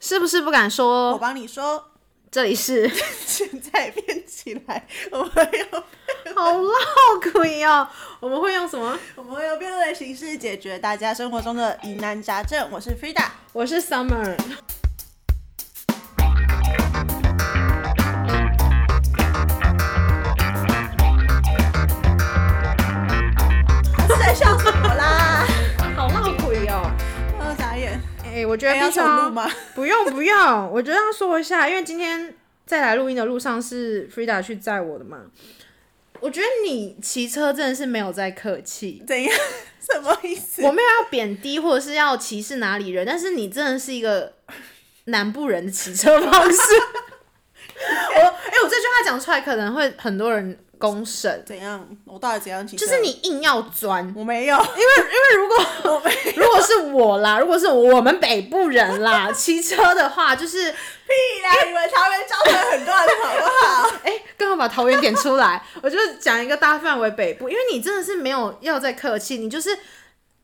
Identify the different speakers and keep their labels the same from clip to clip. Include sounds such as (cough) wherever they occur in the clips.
Speaker 1: 是不是不敢
Speaker 2: 我
Speaker 1: 说？
Speaker 2: 帮你说， (laughs)
Speaker 1: 这里是
Speaker 2: 现在变起来， (laughs) 我们要
Speaker 1: (laughs) 好闹鬼哦！我们会用什么？
Speaker 2: 我们会用辩论的形式解决大家生活中的疑难杂症。我是 Frida，
Speaker 1: 我是 Summer。
Speaker 2: 在笑什么啦？ (laughs)
Speaker 1: 好闹鬼哦！
Speaker 2: 我眨眼，
Speaker 1: 哎、我觉
Speaker 2: 哎
Speaker 1: 得
Speaker 2: 要
Speaker 1: 必须
Speaker 2: 重录吗？ (laughs)
Speaker 1: 不用不用， (laughs) 我觉得要说一下，因为今天在来录音的路上是 Frida 去载我的嘛。我觉得你骑车真的是没有在客气，
Speaker 2: 怎样？ (laughs) 什么意思？
Speaker 1: 我没有要贬低或者是要歧视哪里人，但是你真的是一个南部人的骑车方 (laughs) 式。我哎、我这句话讲出来可能会很多人公审，
Speaker 2: 怎样？我到底怎样骑车？
Speaker 1: 就是你硬要钻，
Speaker 2: 我没有，
Speaker 1: 因
Speaker 2: 因
Speaker 1: 为如果
Speaker 2: (laughs) 为我没有
Speaker 1: 如果是我啦，如果是我们北部人啦，骑车的话，就是
Speaker 2: 屁啦！你们桃园交通很乱，好不好？
Speaker 1: 哎、刚好把桃园点出来，我就讲一个大范围北部，因为你真的是没有要再客气，你就是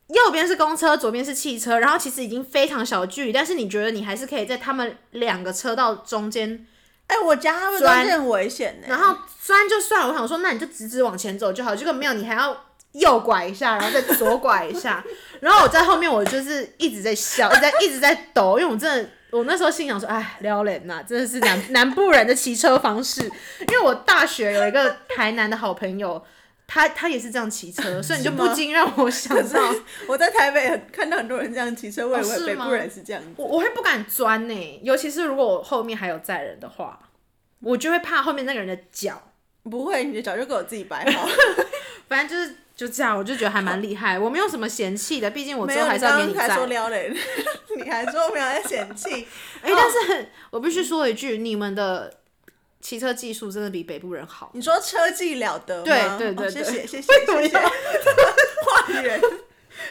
Speaker 1: 右边是公车，左边是汽车，然后其实已经非常小距离，但是你觉得你还是可以在他们两个车道中间，
Speaker 2: 哎、我家他们都是很危险呢、
Speaker 1: 然后钻就算了，我想说那你就直直往前走就好，结果没有，你还要。右拐一下，然后再左拐一下，然后我在后面，我就是一直在笑，一直在一直在抖，因为我真的，我那时候心想说，哎，撩人呐、真的是南南部人的骑车方式。因为我大学有一个台南的好朋友，他他也是这样骑车，所以你就不禁让我想
Speaker 2: 是
Speaker 1: 到，
Speaker 2: 我在台北很看到很多人这样骑车，我以
Speaker 1: 哦是
Speaker 2: 为北
Speaker 1: 吗
Speaker 2: 部人是这样子。
Speaker 1: 我我会不敢钻呢、尤其是如果我后面还有载人的话，我就会怕后面那个人的脚。
Speaker 2: 不会，你的脚就给我自己摆好。
Speaker 1: 反正就是就这样，我就觉得还蛮厉害，我没有什么嫌弃的，毕竟我
Speaker 2: 没
Speaker 1: 之后
Speaker 2: 有，
Speaker 1: 还
Speaker 2: 你
Speaker 1: 是要
Speaker 2: 刚
Speaker 1: 给
Speaker 2: 刚
Speaker 1: 你
Speaker 2: 才
Speaker 1: 载
Speaker 2: 说。撩人， (laughs) 你还说没有在嫌弃。
Speaker 1: 哎、但是很我必须说一句，你们的骑车技术真的比北部人好。
Speaker 2: 你说车技了得吗？
Speaker 1: 对对对
Speaker 2: 哦谢
Speaker 1: 对 (laughs)
Speaker 2: 谢谢谢谢谢。话语人，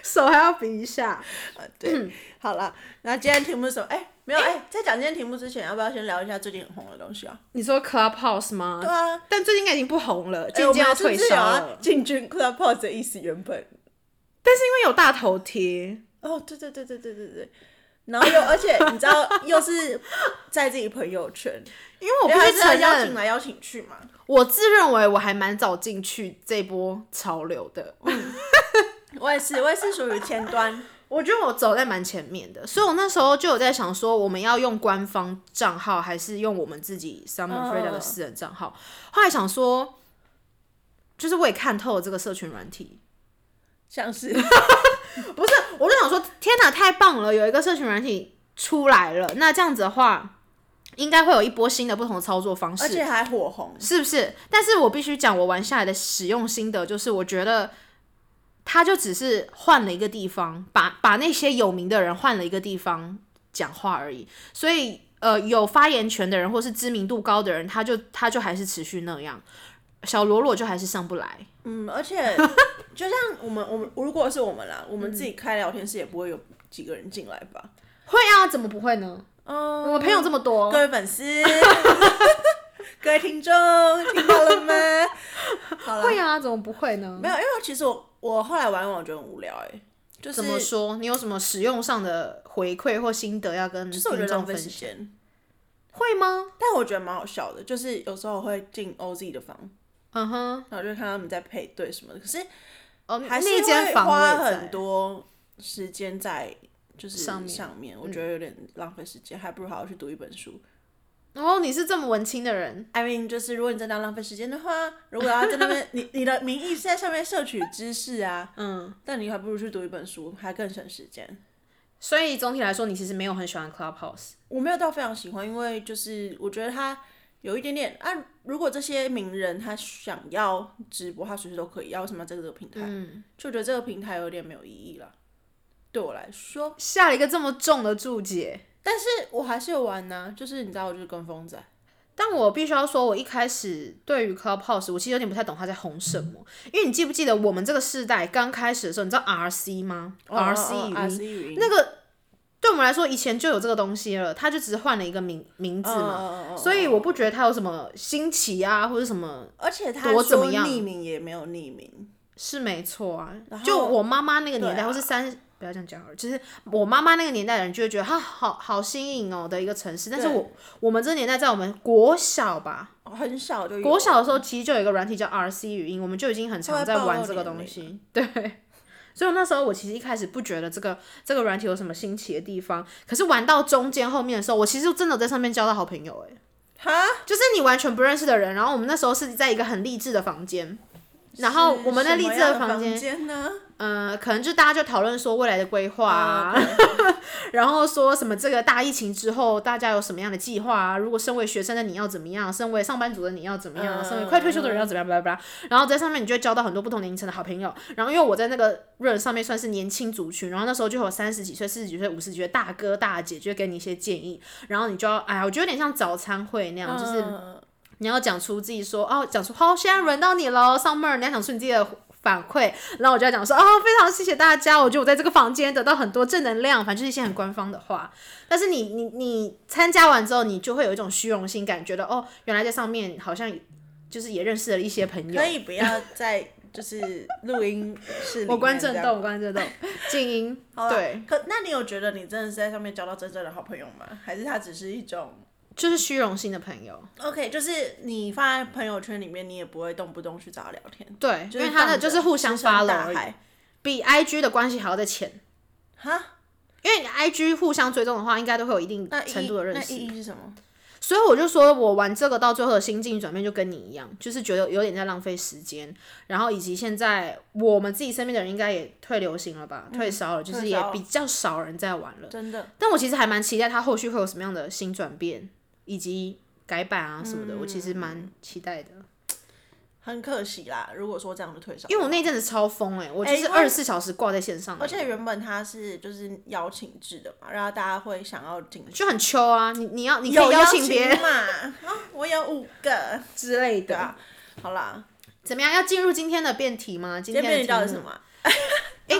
Speaker 1: 手还要比一下。
Speaker 2: 呃对，
Speaker 1: 嗯
Speaker 2: 好了，那今天题目是什么？哎，没有哎，在讲今天题目之前，要不要先聊一下最近很红的东西啊？
Speaker 1: (laughs) 你说 Clubhouse 吗？
Speaker 2: 对啊，
Speaker 1: 但最近应该已经不红了，
Speaker 2: 哎
Speaker 1: 渐渐要退烧
Speaker 2: 我们是不是有
Speaker 1: 了
Speaker 2: 要。 (laughs) 进军 Clubhouse 的意思原本。
Speaker 1: 但是因为有大头贴，
Speaker 2: 哦，对对对对对对对。然后又，而且你知道，又是在自己朋友圈，
Speaker 1: 因为我必
Speaker 2: 因为
Speaker 1: 须
Speaker 2: 他是
Speaker 1: 承
Speaker 2: 要邀请
Speaker 1: 认，
Speaker 2: 来邀请去嘛。
Speaker 1: 我自认为我还蛮早进去这波潮流的。
Speaker 2: 我也是，我也是属于前端。
Speaker 1: 我觉得我走在蛮前面的，所以我那时候就有在想说，我们要用官方账号还是用我们自己
Speaker 2: 嗯
Speaker 1: Summer Freda 的私人账号后来想说，就是我也看透了这个社群软体，
Speaker 2: 像是
Speaker 1: 不是，我就想说，天哪，太棒了，有一个社群软体出来了，那这样子的话，应该会有一波新的不同的操作方
Speaker 2: 而
Speaker 1: 式
Speaker 2: 且，还火红，
Speaker 1: 是不是？但是我必须讲，我玩下来的使用心得就是，我觉得他就只是换了一个地方，把把那些有名的人换了一个地方讲话而已，所以。呃，有发言权的人或是知名度高的人，他就他就还是持续那样，小罗罗就还是上不来。
Speaker 2: 嗯，
Speaker 1: (laughs)
Speaker 2: 而且就像我们我们如果是我们啦，我们
Speaker 1: 嗯
Speaker 2: 自己开聊天室也不会有几个人进来吧？
Speaker 1: 会啊，怎么不会呢？
Speaker 2: 嗯，
Speaker 1: 我朋友这么多，
Speaker 2: 各位粉丝， (laughs) 各位听众，听到了吗？
Speaker 1: (laughs)
Speaker 2: 好了，
Speaker 1: 会啊，怎么不会呢？
Speaker 2: 没有，因为其实我我后来玩一玩，我觉得很无聊哎、就是
Speaker 1: 怎么
Speaker 2: 就
Speaker 1: 说？你有什么使用上的回馈或心得要跟
Speaker 2: 是我觉
Speaker 1: 听
Speaker 2: 得浪
Speaker 1: 众
Speaker 2: 费
Speaker 1: 分
Speaker 2: 时
Speaker 1: 享？
Speaker 2: 间。
Speaker 1: 会吗？
Speaker 2: 但我觉得蛮好笑的，就是有时候我会进 OZ 的房，
Speaker 1: 嗯哼，
Speaker 2: 然后就看他们在配对什么的，可是
Speaker 1: 哦，
Speaker 2: 还是
Speaker 1: 那间
Speaker 2: 会
Speaker 1: 房我
Speaker 2: 花
Speaker 1: 也在
Speaker 2: 很多时间在就是
Speaker 1: 上面嗯
Speaker 2: 我觉得有点浪费时间，还不如好好去读一本书。
Speaker 1: 哦，你是这么文青的人，
Speaker 2: I mean，就是如果你真的要浪费时间的话，如果要在那
Speaker 1: (laughs)
Speaker 2: 边，你你的名义是在上面摄取知识啊，
Speaker 1: 嗯，
Speaker 2: 但你还不如去读一本书，还更省时间。
Speaker 1: 所以总体来说，你其实没有很喜欢 Clubhouse。
Speaker 2: 我没有到非常喜欢，因为就是我觉得他有一点点啊，如果这些名人他想要直播，他随时都可以，要为什么要在这个平台？
Speaker 1: 嗯，
Speaker 2: 就觉得这个平台有点没有意义了，对我来说。
Speaker 1: 下了一个这么重的注解，
Speaker 2: 但是我还是有玩呢、就是你知道，我就是跟风仔，
Speaker 1: 但我必须要说，我一开始对于 Clubhouse，我其实有点不太懂它在红什么。因为你记不记得我们这个世代刚开始的时候，你知道 RC 吗？RC 哦语音
Speaker 2: 哦 R C 语音嗯
Speaker 1: 那个对我们来说，以前就有这个东西了，它就只是换了一个名名字嘛，
Speaker 2: 嘛
Speaker 1: 所以我不觉得它有什么新奇啊，或者什么
Speaker 2: 而且他
Speaker 1: 多
Speaker 2: 说
Speaker 1: 怎么样
Speaker 2: 匿名也没有匿名，
Speaker 1: 是没错啊
Speaker 2: 然。后
Speaker 1: 就我妈妈那个年代，
Speaker 2: 对啊
Speaker 1: 或是三不要这样讲好了。其实我妈妈那个年代的人就会觉得它好好新颖哦的一个城市，但是
Speaker 2: 对
Speaker 1: 我我们这个年代在我们国小吧，
Speaker 2: 哦很小就有
Speaker 1: 国小的时候其实就有一个软体叫 RC 语音，我们就已经很常在玩这个东西。对，所以我那时候我其实一开始不觉得这个这个软体有什么新奇的地方，可是玩到中间后面的时候，我其实真的在上面交到好朋友、欸，
Speaker 2: 哈，
Speaker 1: 就是你完全不认识的人，然后我们那时候是在一个很励志的房间。然后
Speaker 2: 是
Speaker 1: 我们那
Speaker 2: 什
Speaker 1: 励
Speaker 2: 么
Speaker 1: 志
Speaker 2: 样
Speaker 1: 的
Speaker 2: 的
Speaker 1: 房间，
Speaker 2: 间呢？
Speaker 1: 呃，可能就大家就讨论说未来的规划啊， (laughs) 然后说什么这个大疫情之后大家有什么样的计划啊？如果身为学生的你要怎么样？身为上班族的你要怎么样？身为快退休的人要怎么样？巴拉巴拉。然后在上面你就会交到很多不同年龄层的好朋友。然后因为我在那个 Reddit 上面算是年轻族群，然后那时候就有三十几岁、四十几岁、五十几岁大哥大姐，就会给你一些建议。然后你就要，哎呀，我觉得有点像早餐会那样，就是
Speaker 2: 嗯
Speaker 1: 你要讲出自己说哦，讲出好、现在轮到你喽，Summer，你要讲出你自己的反馈，然后我就要讲说哦，非常谢谢大家，我觉得我在这个房间得到很多正能量，反正就是一些很官方的话。但是你你你参加完之后，你就会有一种虚荣心感，觉得哦，原来在上面好像就是也认识了一些朋友
Speaker 2: 可。以不要在就是录音室里面
Speaker 1: 我关震
Speaker 2: 这样
Speaker 1: 动，我关震
Speaker 2: (laughs)
Speaker 1: 动，静音。
Speaker 2: 好啦
Speaker 1: 对，
Speaker 2: 可那你有觉得你真的是在上面交到真正的好朋友吗？还是他只是一种
Speaker 1: 就是虚荣心的朋友。
Speaker 2: OK，就是你放在朋友圈里面，你也不会动不动去找他聊天，
Speaker 1: 对，
Speaker 2: 就
Speaker 1: 因为
Speaker 2: 是
Speaker 1: 他的
Speaker 2: 放着
Speaker 1: 就是互相
Speaker 2: 石沉
Speaker 1: 发了
Speaker 2: 大
Speaker 1: 而已，
Speaker 2: 海
Speaker 1: 比 IG 的关系还要再浅。
Speaker 2: 哈，
Speaker 1: 因为你 IG 互相追踪的话，应该都会有一定
Speaker 2: 那
Speaker 1: 程
Speaker 2: 意
Speaker 1: 度的认
Speaker 2: 那
Speaker 1: 识。
Speaker 2: 意义是什么？
Speaker 1: 所以我就说，我玩这个到最后的心境转变就跟你一样，就是觉得有点在浪费时间，然后以及现在我们自己身边的人应该也退流行了吧，退烧了，就是
Speaker 2: 嗯退
Speaker 1: 也
Speaker 2: 烧
Speaker 1: 比较少人在玩了。
Speaker 2: 真的，
Speaker 1: 但我其实还蛮期待它后续会有什么样的新转变以及改版啊什么
Speaker 2: 嗯
Speaker 1: 的，我其实蛮期待的。
Speaker 2: 很可惜啦。如果说这样就退烧，
Speaker 1: 因为我那阵子超疯诶、我就
Speaker 2: 哎
Speaker 1: 是
Speaker 2: 因为
Speaker 1: 二十四小时挂在线上的，
Speaker 2: 而且原本他是就是邀请制的嘛，然后大家会想要进去，
Speaker 1: 就很秋啊，你你要你可以
Speaker 2: 有
Speaker 1: 邀
Speaker 2: 邀
Speaker 1: 请别人
Speaker 2: 嘛？啊，我有五个，
Speaker 1: (laughs) 之类
Speaker 2: 对
Speaker 1: 的。
Speaker 2: 啊。好啦，
Speaker 1: 怎么样？要进入今天的辩题吗？今
Speaker 2: 今天
Speaker 1: 天的
Speaker 2: 面临到的
Speaker 1: 题
Speaker 2: 是
Speaker 1: 目
Speaker 2: 什么啊？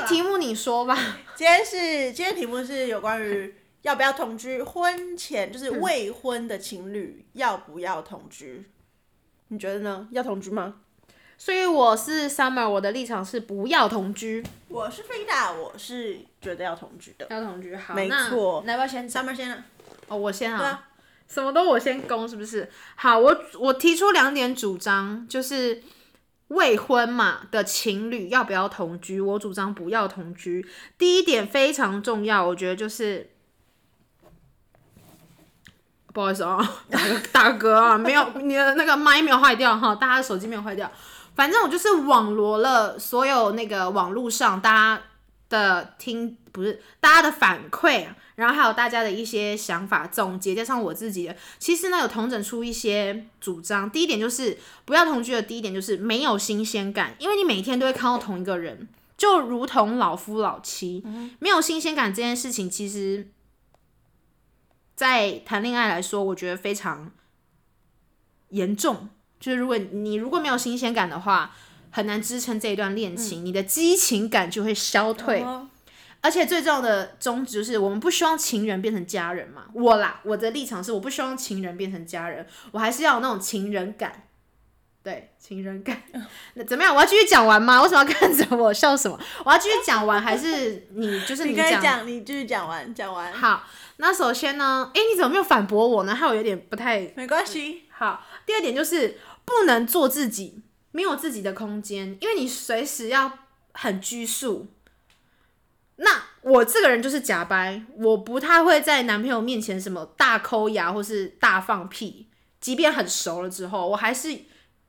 Speaker 1: 哎、题目你说吧。
Speaker 2: 今天是今天题目是有关于要不要同居，婚前
Speaker 1: 嗯
Speaker 2: 就是未婚的情侣要不要同居？你觉得呢？要同居吗？
Speaker 1: 所以我是 Summer，我的立场是不要同居，
Speaker 2: 我是 Frida，我是觉得要同居的。
Speaker 1: 要同居。好，
Speaker 2: 没
Speaker 1: 那
Speaker 2: 错
Speaker 1: 那要不要先讲？
Speaker 2: 上面先啊，
Speaker 1: 哦，我先
Speaker 2: 对
Speaker 1: 啊
Speaker 2: 啊，
Speaker 1: 什么都我先攻，是不是？好，我我提出两点主张，就是未婚嘛的情侣要不要同居？我主张不要同居。第一点非常重要，我觉得就是。不好意思啊、 (laughs) 大哥大哥啊，没有你的那个麦没有坏掉哈，大家的手机没有坏掉。反正我就是网罗了所有那个网络上大家的听不是大家的反馈，啊然后还有大家的一些想法总结，加上我自己的，其实呢有统整出一些主张。第一点就是不要同居的第一点就是没有新鲜感，因为你每天都会看到同一个人，就如同老夫老妻，没有新鲜感这件事情，其实，在谈恋爱来说，我觉得非常严重。就是如果你如果没有新鲜感的话，很难支撑这一段恋情，你的激情感就会消退。
Speaker 2: 哦
Speaker 1: 而且最重要的宗旨就是，我们不希望情人变成家人嘛。我啦，我的立场是，我不希望情人变成家人，我还是要有那种情人感。对，情人感。
Speaker 2: 嗯
Speaker 1: (laughs) 那怎么样？我要继续讲完吗？为什么要看着我笑什么？我要继续讲完，还是你就是
Speaker 2: 你可以
Speaker 1: 讲？
Speaker 2: 讲，你继续讲完，讲完
Speaker 1: 好，那首先呢，诶，你怎么没有反驳我呢？害我有点不太
Speaker 2: 没关系。
Speaker 1: 好，第二点就是不能做自己，没有自己的空间，因为你随时要很拘束。那我这个人就是假掰，我不太会在男朋友面前什么大抠牙或是大放屁，即便很熟了之后，我还是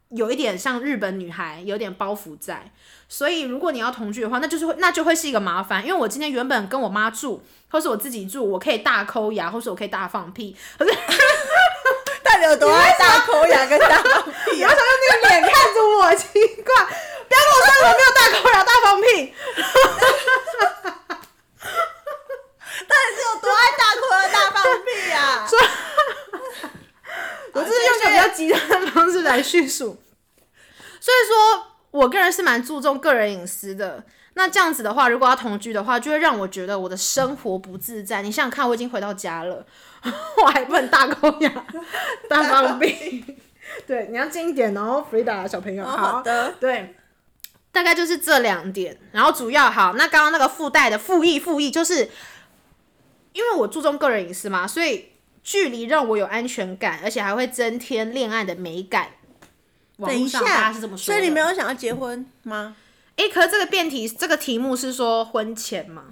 Speaker 1: 有一点像日本女孩，有点包袱在。所以如果你要同居的话，那就是会那就会是一个麻烦，因为我今天原本跟我妈住，或是我自己住，我可以大抠牙，或是我可以大放屁，
Speaker 2: (laughs) 到底有多爱大口牙跟大放
Speaker 1: (laughs)
Speaker 2: 屁啊？
Speaker 1: 那个脸看着我， (laughs) 奇怪，不要跟我说我没有大口牙大放屁，
Speaker 2: 到底是有多爱大口牙大放
Speaker 1: (laughs)
Speaker 2: 屁啊？
Speaker 1: 我就是用一个比较极端的方式来叙述。所以说我个人是蛮注重个人隐私的。那这样子的话，如果要同居的话，就会让我觉得我的生活不自在。你想想看，我已经回到家了， (laughs) 我还不能大口牙、大放屁。对，你要近一点哦，Frida 小朋友。
Speaker 2: 哦好的，
Speaker 1: 对，大概就是这两点，然后主要好，那刚刚那个附带的附议附议，就是因为我注重个人隐私嘛，所以距离让我有安全感，而且还会增添恋爱的美感。
Speaker 2: 等一
Speaker 1: 网络上大
Speaker 2: 下
Speaker 1: 家是这么，说
Speaker 2: 所
Speaker 1: 的。
Speaker 2: 以你没有想要结婚吗？
Speaker 1: 诶，可是这个辩题这个题目是说婚前嘛？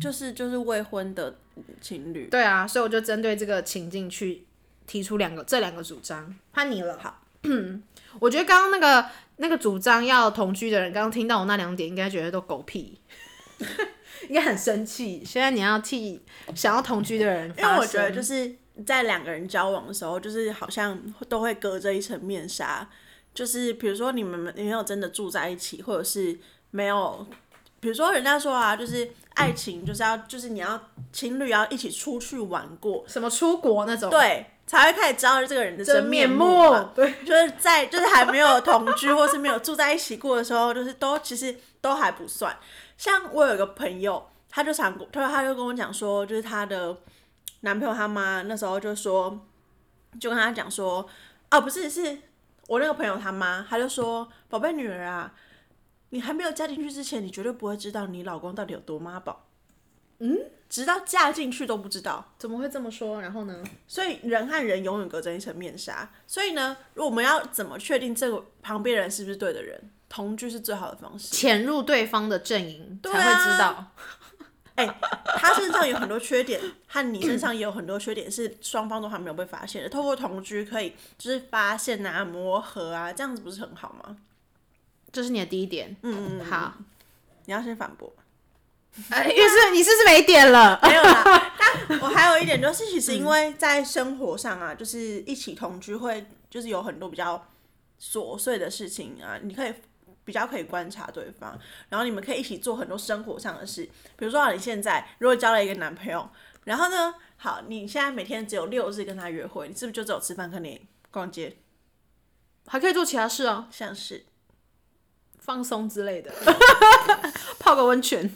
Speaker 2: 就是就是未婚的情侣。
Speaker 1: 对啊，所以我就针对这个情境去提出两个这两个主张。换你了，好。 (clears throat) 我觉得刚刚那个那个主张要同居的人，刚刚听到我那两点，应该觉得都狗屁，应该很生气。现在你要替想要同居的人发
Speaker 2: 因
Speaker 1: 声，
Speaker 2: 为我觉得就是在两个人交往的时候，就是好像都会隔着一层面纱，就是比如说你们没有真的住在一起，或者是没有，比如说人家说啊，就是爱情就是要就是你要情侣要一起出去玩过，
Speaker 1: 什么出国那种，，
Speaker 2: 对，才会开始知道这个人的
Speaker 1: 真
Speaker 2: 真
Speaker 1: 面
Speaker 2: 目
Speaker 1: 目
Speaker 2: 嘛。，
Speaker 1: 对，
Speaker 2: 就是在就是还没有同居或是没有住在一起过的时候，就是都其实都还不算。像我有一个朋友，他就常他他就跟我讲说，就是他的男朋友他妈那时候就说，就跟他讲说，啊不是是我那个朋友他妈，他就说宝贝女儿啊，你还没有嫁进去之前，你绝对不会知道你老公到底有多妈宝，嗯，直到嫁进去都不知道。
Speaker 1: 怎么会这么说？然后呢？
Speaker 2: 所以人和人永远隔着一层面纱。所以呢，如果我们要怎么确定这个旁边人是不是对的人，同居是最好的方式。
Speaker 1: 潜入对方的阵营才
Speaker 2: 对啊
Speaker 1: 会知道。
Speaker 2: 哎、他身上有很多缺点，和你身上也有很多缺点，是双方都还没有被发现的。透过同居可以就是发现啊、磨合啊，这样子不是很好吗？
Speaker 1: 这是你的第一点，嗯嗯，好，
Speaker 2: 你要先反驳。
Speaker 1: 哎，也是你是不是没点了？
Speaker 2: (laughs) 没有啦，但我还有一点就是，其实因为在生活上啊，就是一起同居会，就是有很多比较琐碎的事情啊，你可以比较可以观察对方，然后你们可以一起做很多生活上的事，比如说、啊、你现在如果交了一个男朋友，然后呢，好，你现在每天只有六日跟他约会，你是不是就只有吃饭跟你逛街？
Speaker 1: 还可以做其他事哦，
Speaker 2: 像是
Speaker 1: 放松之类的， (laughs) 泡个温泉。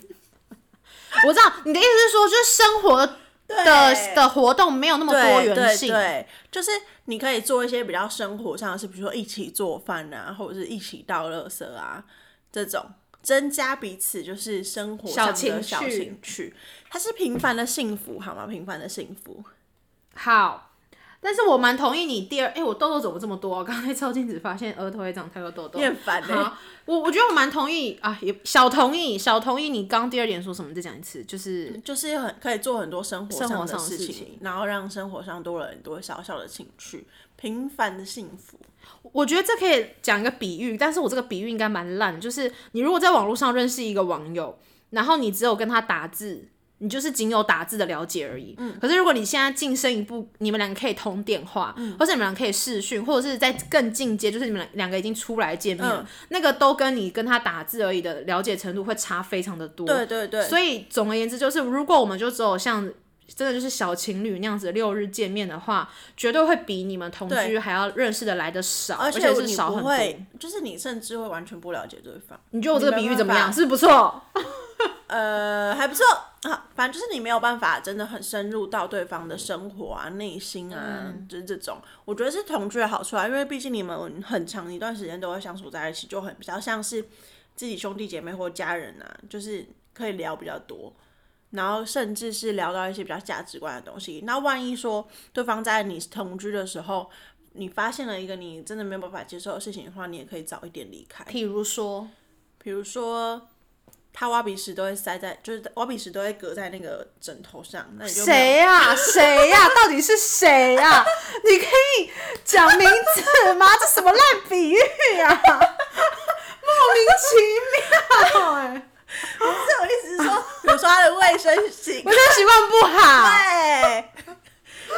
Speaker 1: (laughs) 我知道你的意思是说，就是生活的的活动没有那么多
Speaker 2: 对
Speaker 1: 元
Speaker 2: 对
Speaker 1: 性，
Speaker 2: 对，就是你可以做一些比较生活上的事，比如说一起做饭啊，或者是一起倒垃圾啊这种，增加彼此就是生活上
Speaker 1: 小情
Speaker 2: 的小
Speaker 1: 趣
Speaker 2: 情趣。它是平凡的幸福，好吗？平凡的幸福。
Speaker 1: 好，但是我蛮同意你第二，哎、我痘痘怎么这么多、啊？ (laughs) 刚才照镜子发现额头也长太多痘痘，
Speaker 2: 你很烦欸
Speaker 1: 哦好，我我觉得我蛮同意啊，也小同意，小同意你刚第二点说什么？再讲一次，就是
Speaker 2: 就是很可以做很多生活
Speaker 1: 生
Speaker 2: 上
Speaker 1: 活
Speaker 2: 的
Speaker 1: 上的
Speaker 2: 事
Speaker 1: 事
Speaker 2: 情，
Speaker 1: 情
Speaker 2: 然后让生活上多了很多小小的情趣，平凡的幸福。
Speaker 1: 我觉得这可以讲一个比喻，但是我这个比喻应该蛮烂的，就是你如果在网络上认识一个网友，然后你只有跟他打字。你就是仅有打字的了解而已。嗯。可是如果你现在晋升一步，你们两个可以通电话，或是你们俩可以视讯，或者是在更进阶，就是你们俩两个已经出来见面了，那个都跟你跟他打字而已的了解程度会差非常的多。
Speaker 2: 对对对，
Speaker 1: 哦所以总而言之，就是如果我们就只有像真的就是小情侣那样子六日见面的话，绝对会比你们同居
Speaker 2: 对
Speaker 1: 还要认识的来的少，而
Speaker 2: 而且
Speaker 1: 是
Speaker 2: 你
Speaker 1: 少
Speaker 2: 不
Speaker 1: 很多。
Speaker 2: 会，就是你甚至会完全不了解对方。
Speaker 1: 你觉得我这个
Speaker 2: 你
Speaker 1: 比
Speaker 2: 没
Speaker 1: 喻怎么
Speaker 2: 办
Speaker 1: 样？
Speaker 2: 法
Speaker 1: 是不是不错？
Speaker 2: 呃，还不错啊，反正就是你没有办法真的很深入到对方的生活啊、内心啊，就是这种，我觉得是同居的好处啊，因为毕竟你们很长一段时间都会相处在一起，就很比较像是自己兄弟姐妹或家人啊，就是可以聊比较多，然后甚至是聊到一些比较价值观的东西。那万一说对方在你同居的时候，你发现了一个你真的没有办法接受的事情的话，你也可以早一点离开。
Speaker 1: 譬如说，
Speaker 2: 比如说，他挖鼻屎都会塞在，就是挖鼻屎都会隔在那个枕头上，那你就没有
Speaker 1: 谁呀、谁
Speaker 2: (laughs)
Speaker 1: 呀、到底是谁呀、你可以讲名字吗？这什么烂比喻呀、莫名其妙哎、
Speaker 2: (laughs) 不是我意思是说，比如说他的卫生习
Speaker 1: 卫生习惯不好，
Speaker 2: 惯，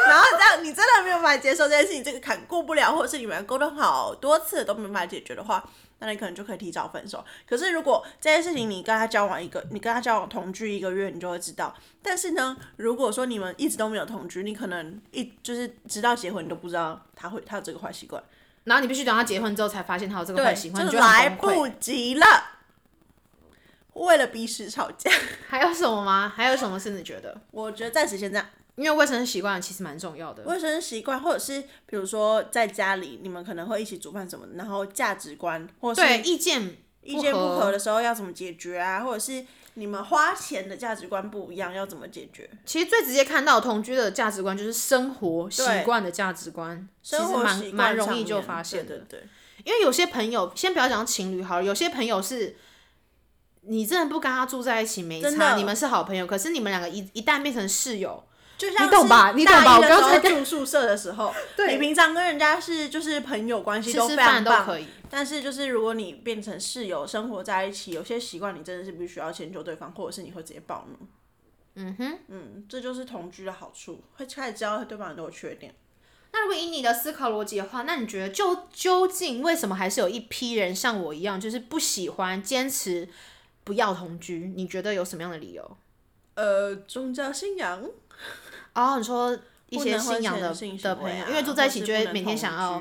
Speaker 2: 然后这样你真的没有办法接受这件事情，这个坎过不了，或者是你们沟通好多次都没办法解决的话。那你可能就可以提早分手。可是如果这件事情你跟他交往一个，你跟他交往同居一个月，你就会知道。但是呢，如果说你们一直都没有同居，你可能一就是直到结婚你都不知道他会他有这个坏习惯。
Speaker 1: 然后你必须等他结婚之后才发现他有这个
Speaker 2: 对，
Speaker 1: 坏习惯，
Speaker 2: 就
Speaker 1: 你
Speaker 2: 是
Speaker 1: 觉得很
Speaker 2: 来
Speaker 1: 崩溃
Speaker 2: 不及了。为了鼻屎吵架，
Speaker 1: (laughs) 还有什么吗？还有什么是你觉得？
Speaker 2: 我觉得暂时先这样。
Speaker 1: 因为卫生习惯其实蛮重要的。
Speaker 2: 卫生习惯，或者是比如说在家里，你们可能会一起煮饭什么的，然后价值观或是
Speaker 1: 对，意见
Speaker 2: 意见
Speaker 1: 不
Speaker 2: 不
Speaker 1: 合
Speaker 2: 合的时候要怎么解决啊，或者是你们花钱的价值观不一样要怎么解决？
Speaker 1: 其实最直接看到同居的价值观就是生活习惯的价值观，其实
Speaker 2: 生活
Speaker 1: 蛮
Speaker 2: 习惯
Speaker 1: 蛮容
Speaker 2: 上
Speaker 1: 易就
Speaker 2: 面
Speaker 1: 发现的。
Speaker 2: 对对对，
Speaker 1: 因为有些朋友，先不要讲情侣好了，有些朋友是，你真的不跟他住在一起没
Speaker 2: 真的
Speaker 1: 差，你们是好朋友，可是你们两个一一旦变成室友，
Speaker 2: 就像
Speaker 1: 你懂吧
Speaker 2: 是
Speaker 1: 你懂吧
Speaker 2: 大
Speaker 1: 我
Speaker 2: 一的
Speaker 1: 刚
Speaker 2: 时候
Speaker 1: 才
Speaker 2: 住宿舍的时候，
Speaker 1: (laughs) 对
Speaker 2: 你平常跟人家是就是朋友关系
Speaker 1: 吃
Speaker 2: 都
Speaker 1: 吃
Speaker 2: 非
Speaker 1: 饭
Speaker 2: 常
Speaker 1: 都
Speaker 2: 棒，
Speaker 1: 可以。
Speaker 2: 但是就是如果你变成室友生活在一起，有些习惯你真的是必须要迁就对方，或者是你会直接暴怒。
Speaker 1: 嗯哼，
Speaker 2: 嗯，这就是同居的好处，会开始知道对方很多缺点。
Speaker 1: 那如果以你的思考逻辑的话，那你觉得就究竟为什么还是有一批人像我一样，就是不喜欢坚持不要同居？你觉得有什么样的理由？
Speaker 2: 呃，宗教信仰，
Speaker 1: 哦，你说一
Speaker 2: 不
Speaker 1: 些
Speaker 2: 能婚
Speaker 1: 信仰
Speaker 2: 前
Speaker 1: 的的
Speaker 2: 性行
Speaker 1: 朋
Speaker 2: 为
Speaker 1: 友，
Speaker 2: 啊
Speaker 1: 因为住在一起
Speaker 2: 或
Speaker 1: 就是会
Speaker 2: 不
Speaker 1: 每
Speaker 2: 能
Speaker 1: 天
Speaker 2: 同
Speaker 1: 想要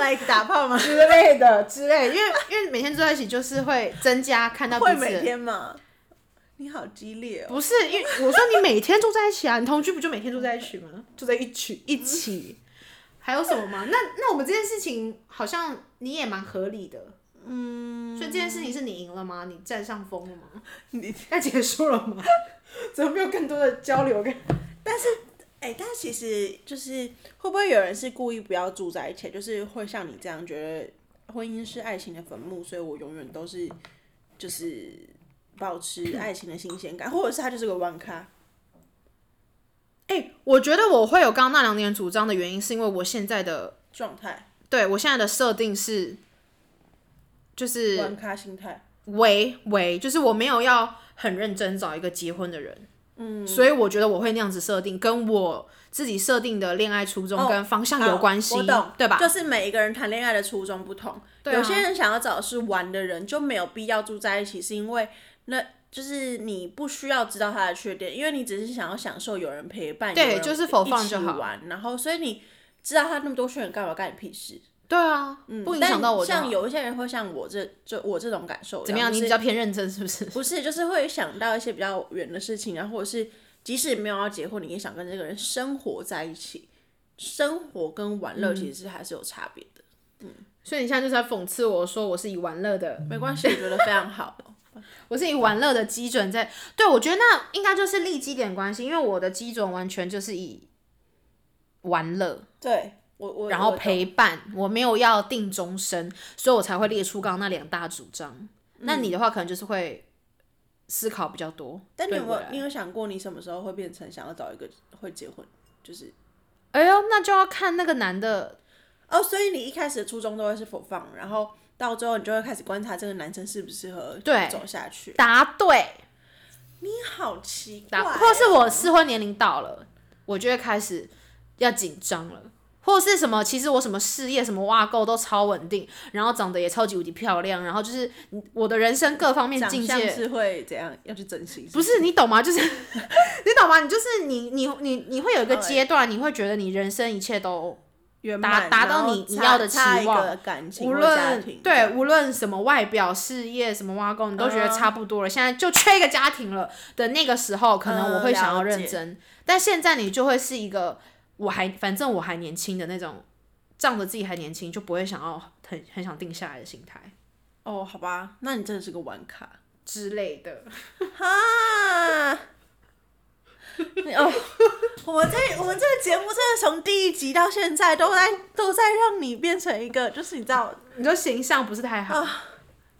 Speaker 1: (laughs)
Speaker 2: like 打炮吗？
Speaker 1: 之类的之类的，因为因为每天住在一起就是会增加看到彼
Speaker 2: 会
Speaker 1: 此的
Speaker 2: 每天吗？你好激烈哦！
Speaker 1: 不是，因为我说你每天住在一起啊，你 (laughs) 同居不就每天住在一起吗？住在一起一起，还有什么吗？那那我们这件事情好像你也蛮合理的，嗯，所以这件事情是你赢了吗？你占上风了吗？
Speaker 2: 你
Speaker 1: 那结束了吗？ (laughs) 怎么没有更多的交流跟？
Speaker 2: 哎、但其实就是会不会有人是故意不要住在一起，就是会像你这样觉得婚姻是爱情的坟墓，所以我永远都是就是保持爱情的新鲜感，或者是他就是个玩咖。
Speaker 1: 哎、我觉得我会有刚刚那两点主张的原因，是因为我现在的
Speaker 2: 状态，
Speaker 1: 对我现在的设定是，就是
Speaker 2: 玩咖心态，
Speaker 1: 为为，就是我没有要很认真找一个结婚的人，嗯，所以我觉得我会那样子设定，跟我自己设定的恋爱初衷
Speaker 2: 哦
Speaker 1: 跟方向有关系，
Speaker 2: 好我懂，
Speaker 1: 对吧？
Speaker 2: 就是每一个人谈恋爱的初衷不同，
Speaker 1: 对啊
Speaker 2: 有些人想要找的是玩的人，就没有必要住在一起，是因为那就是你不需要知道他的缺点，因为你只是想要享受有人陪伴，
Speaker 1: 对
Speaker 2: 有人
Speaker 1: 就是否放
Speaker 2: 一起
Speaker 1: 就好
Speaker 2: 玩，然后所以你知道他那么多缺点干嘛，干你屁事？
Speaker 1: 对啊，不影响到我就
Speaker 2: 嗯但像
Speaker 1: 好
Speaker 2: 有一些人会像我这就我这种感受，
Speaker 1: 怎么样？你比较偏认真是不
Speaker 2: (laughs)
Speaker 1: 是？
Speaker 2: 不是就是会想到一些比较远的事情啊，或者是即使没有要结婚，你也想跟这个人生活在一起。生活跟玩
Speaker 1: 嗯
Speaker 2: 乐其实是还是有差别的，
Speaker 1: 所以你现在就是在讽刺我说我是以玩乐的，
Speaker 2: 没关系，我觉得非常好。
Speaker 1: 我是以玩乐的基准在，对我觉得那应该就是利基点关系，因为我的基准完全就是以玩乐，
Speaker 2: (laughs) 对我我
Speaker 1: 然后
Speaker 2: 我
Speaker 1: 陪伴，我没有要定终身，所以我才会列出刚刚那两大主张。
Speaker 2: 嗯
Speaker 1: 那你的话可能就是会思考比较多。
Speaker 2: 但你有
Speaker 1: 对
Speaker 2: 没
Speaker 1: 我
Speaker 2: 有
Speaker 1: 来
Speaker 2: 你有想过你什么时候会变成想要找一个会结婚？就是
Speaker 1: 哎呦，那就要看那个男的，
Speaker 2: 哦，所以你一开始的初衷都会是否放，然后到最后你就会开始观察这个男生适不适合
Speaker 1: 对
Speaker 2: 走下去。
Speaker 1: 答对，
Speaker 2: 你好奇怪、
Speaker 1: 答，
Speaker 2: 哦，
Speaker 1: 或是我适婚年龄到了，我就会开始要紧张了。或是什么，其实我什么事业什么挖沟都超稳定，然后长得也超级无敌漂亮，然后就是我的人生各方面
Speaker 2: 长
Speaker 1: 境
Speaker 2: 相
Speaker 1: 界
Speaker 2: 是会怎样要去整形？
Speaker 1: 不是你懂吗？就是 (laughs) 你懂吗？你就是你你你你会有一个
Speaker 2: 好欸
Speaker 1: 阶段，你会觉得你人生一切都
Speaker 2: 圆
Speaker 1: 达
Speaker 2: 满
Speaker 1: 达到
Speaker 2: 然后
Speaker 1: 你你
Speaker 2: 差
Speaker 1: 要的期
Speaker 2: 差一
Speaker 1: 望
Speaker 2: 个感情
Speaker 1: 无
Speaker 2: 或家
Speaker 1: 论
Speaker 2: 庭
Speaker 1: 对无论什么外表、事业、什么挖工，你都觉得差不多了。现在就缺一个家庭了的那个时候，可能我会想要认真，但现在你就会是一个我还反正我还年轻的那种，仗着自己还年轻就不会想要很很想定下来的心态
Speaker 2: 哦，好吧，那你真的是个玩咖
Speaker 1: 之类的。
Speaker 2: 哈。啊你哦，我们这我们这个节目真的从第一集到现在都在都在让你变成一个，就是你知道，
Speaker 1: 你说形象不是太好，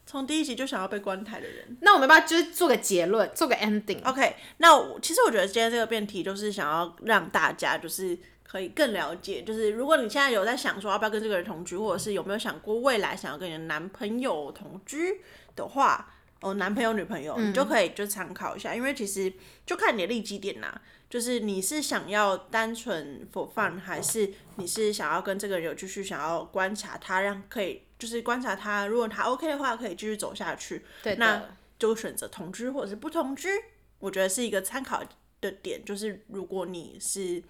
Speaker 2: 从第一集就想要被关台的人。
Speaker 1: 那我们要不要就是做个结论，做个 ending？
Speaker 2: OK，那我其实我觉得今天这个辩题就是想要让大家就是可以更了解，就是如果你现在有在想说要不要跟这个人同居，或者是有没有想过未来想要跟你的男朋友同居的话，哦，男朋友女朋友，你就可以就参考一下，因为其实就看你的利基点啦、就是你是想要单纯 for fun，还是你是想要跟这个人有继续想要观察他，让可以就是观察他，如果他 OK 的话，可以继续走下去。
Speaker 1: 对
Speaker 2: 那
Speaker 1: 的。
Speaker 2: 就选择同居或者是不同居，我觉得是一个参考的点。就是如果你是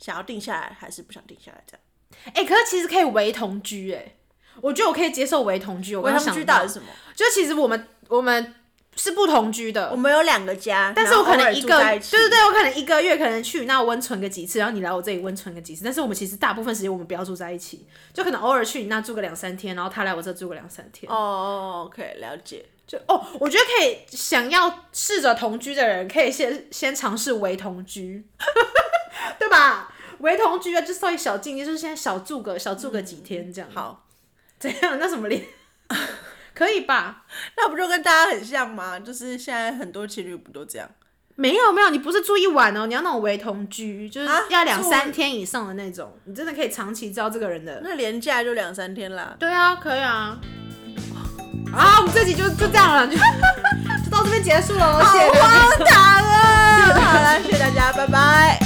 Speaker 2: 想要定下来，还是不想定下来，这样。
Speaker 1: 哎、可是其实可以为同居哎、我觉得我可以接受为同居。我
Speaker 2: 微
Speaker 1: 刚刚
Speaker 2: 同
Speaker 1: 想
Speaker 2: 居到
Speaker 1: 到
Speaker 2: 底，是什么？
Speaker 1: 就其实我们我们是不同居
Speaker 2: 我
Speaker 1: 的，
Speaker 2: 们有两个家，
Speaker 1: 但是我可能一个，
Speaker 2: 对
Speaker 1: 对对对，我可能一个月可能去那温存个几次，然后你来我这里温存个几次，但是我们其实大部分时间我们不要住在一起，就可能偶尔去你那住个两三天，然后他来我这住个两三天。
Speaker 2: 哦，OK，了解。
Speaker 1: 就哦，我觉得可以，想要试着同居的人，可以先先尝试微同居， (laughs) 对吧？微同居啊，就稍微小静，就是先小住个小住个几天这样。
Speaker 2: 嗯好，
Speaker 1: 怎样？那什么脸？ (laughs) 可以吧？
Speaker 2: 那不就跟大家很像吗？就是现在很多情侣不都这样？
Speaker 1: 没有没有，你不是住一晚哦，你要那种微同居，就是
Speaker 2: 啊
Speaker 1: 要两
Speaker 2: 住
Speaker 1: 三天以上的那种，你真的可以长期知道这个人的。
Speaker 2: 那连假就两三天啦。
Speaker 1: 对啊，可以啊。啊，我们这集就就这样了，就就到这边结束了，谢谢大家。 (laughs)
Speaker 2: 好荒唐啊！好啦，谢谢大家，拜拜。